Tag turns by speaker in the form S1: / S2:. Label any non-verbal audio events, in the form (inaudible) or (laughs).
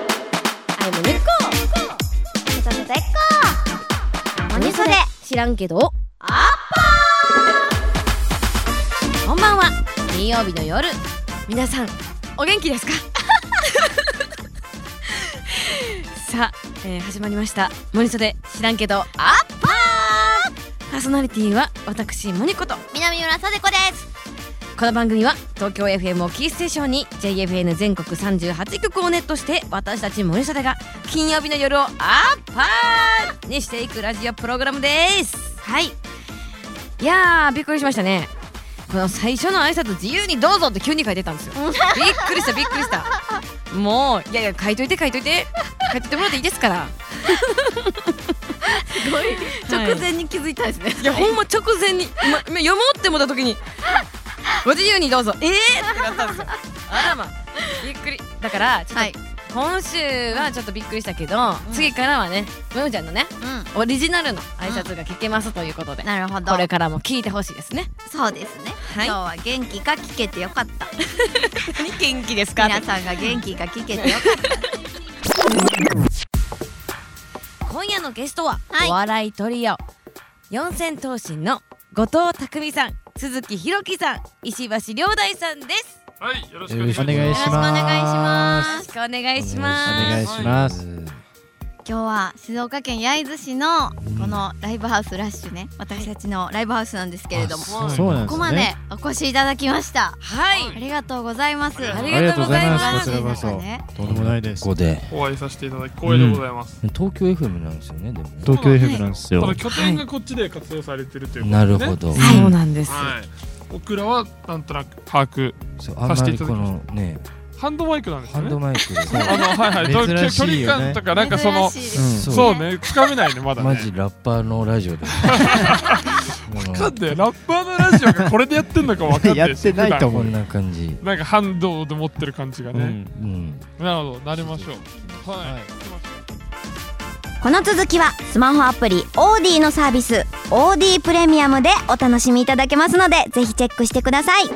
S1: ネームねっこ
S2: めちゃめちゃいっか何それ
S1: 知らんけど
S2: あっ
S1: こんばんは金曜日の夜皆さんお元気 (laughs) ですかさあ、えー始まりました「モニソで知らんけどアッパー」パーソナリティは私モニコと
S2: 南村さでこです
S1: この番組は東京 FM をキーステーションに JFN 全国38局をネットして私たち森下が金曜日の夜をアッパーにしていくラジオプログラムですはいいやーびっくりしましたねこの最初の挨拶自由にどうぞって急に書いてたんですよびっくりしたびっくりしたもういやいや書いといて書いといて書いといてもらっていいですから
S2: すごい
S1: はい
S2: 前に気づいたんですね
S1: いやほんま直前に、ま、読もうって思った時に「ご自由にどうぞ」えー、ってなったんですよあらまびっくりだからちょっと、
S2: はい
S1: 今週はちょっとびっくりしたけど、
S2: うん
S1: 次からはねむむちゃんのね
S2: う
S1: オリジナルの挨拶が聞けますということで、
S2: んなるほど
S1: これからも聞いてほしいですね
S2: そうですね、
S1: はい
S2: 今日は元気が聞けてよかった
S1: 何元気です
S2: 皆さんが元気が聞けてよかっ
S1: 今夜のゲストは、
S2: はい
S1: お笑いトリオ四千頭身の後藤匠さん鈴木ひろきさん石橋亮大さんです
S3: はい、よろし
S4: よ
S3: くお
S4: ろ
S3: 願
S4: し
S3: いし
S4: くお
S3: ます。
S4: 願いします。
S1: よろしくお願いし
S4: お願
S1: ま
S4: い
S1: す
S4: します。
S2: た今日は静岡県焼津市のこのライブハウスラッシュね私たちのライブハウスなんですけれども、
S3: あ
S4: あそうな
S2: こ
S4: んで
S2: こ
S4: す
S2: まで
S4: ね。
S2: お越しいただきました
S1: はい
S2: ありがとうございます
S3: あ
S1: り
S4: ありがとうございます。
S2: 素
S4: こち
S2: 晴
S4: ら
S2: ら
S4: こ
S2: しい中ね
S4: そ。とんでもないです。
S5: ここで
S3: お会いさせていただき光栄でございます。
S5: 東京 FM なんですよねでもね
S4: 東京 FM なんです
S3: た
S4: よ
S3: だ。拠点がこっちで活動されてるということ
S5: な
S3: で
S5: る
S3: すね。
S5: ほど、
S4: はい
S1: そうなんです、
S3: はい。僕らはなんとなく把握、
S5: そうあんまりこのね
S3: ハンドマイクなんです
S5: ハ
S3: よ
S5: ン
S3: ね。
S5: ドマイクで
S3: あのはいはい、
S4: 珍
S3: 距距
S4: しいよね
S3: 離感とかなんかその
S2: 珍しいです
S4: うん
S3: そう
S2: ね
S3: ね、つかめないねまだね。
S5: マジラッパーのラジオで
S4: (laughs)
S3: なんでラッパーのラジオがこれでやってんのかわかんないし。
S4: やってないと思
S5: こんな感じ
S3: 普段なんか反動で持ってる感じが
S4: う
S3: ね。
S4: ん
S5: うん
S3: なるほど、なりましょう。は。
S4: はい
S2: この続きはスマホアプリオーディのサービスオーディプレミアムでお楽しみいただけますのでぜひチェックしてください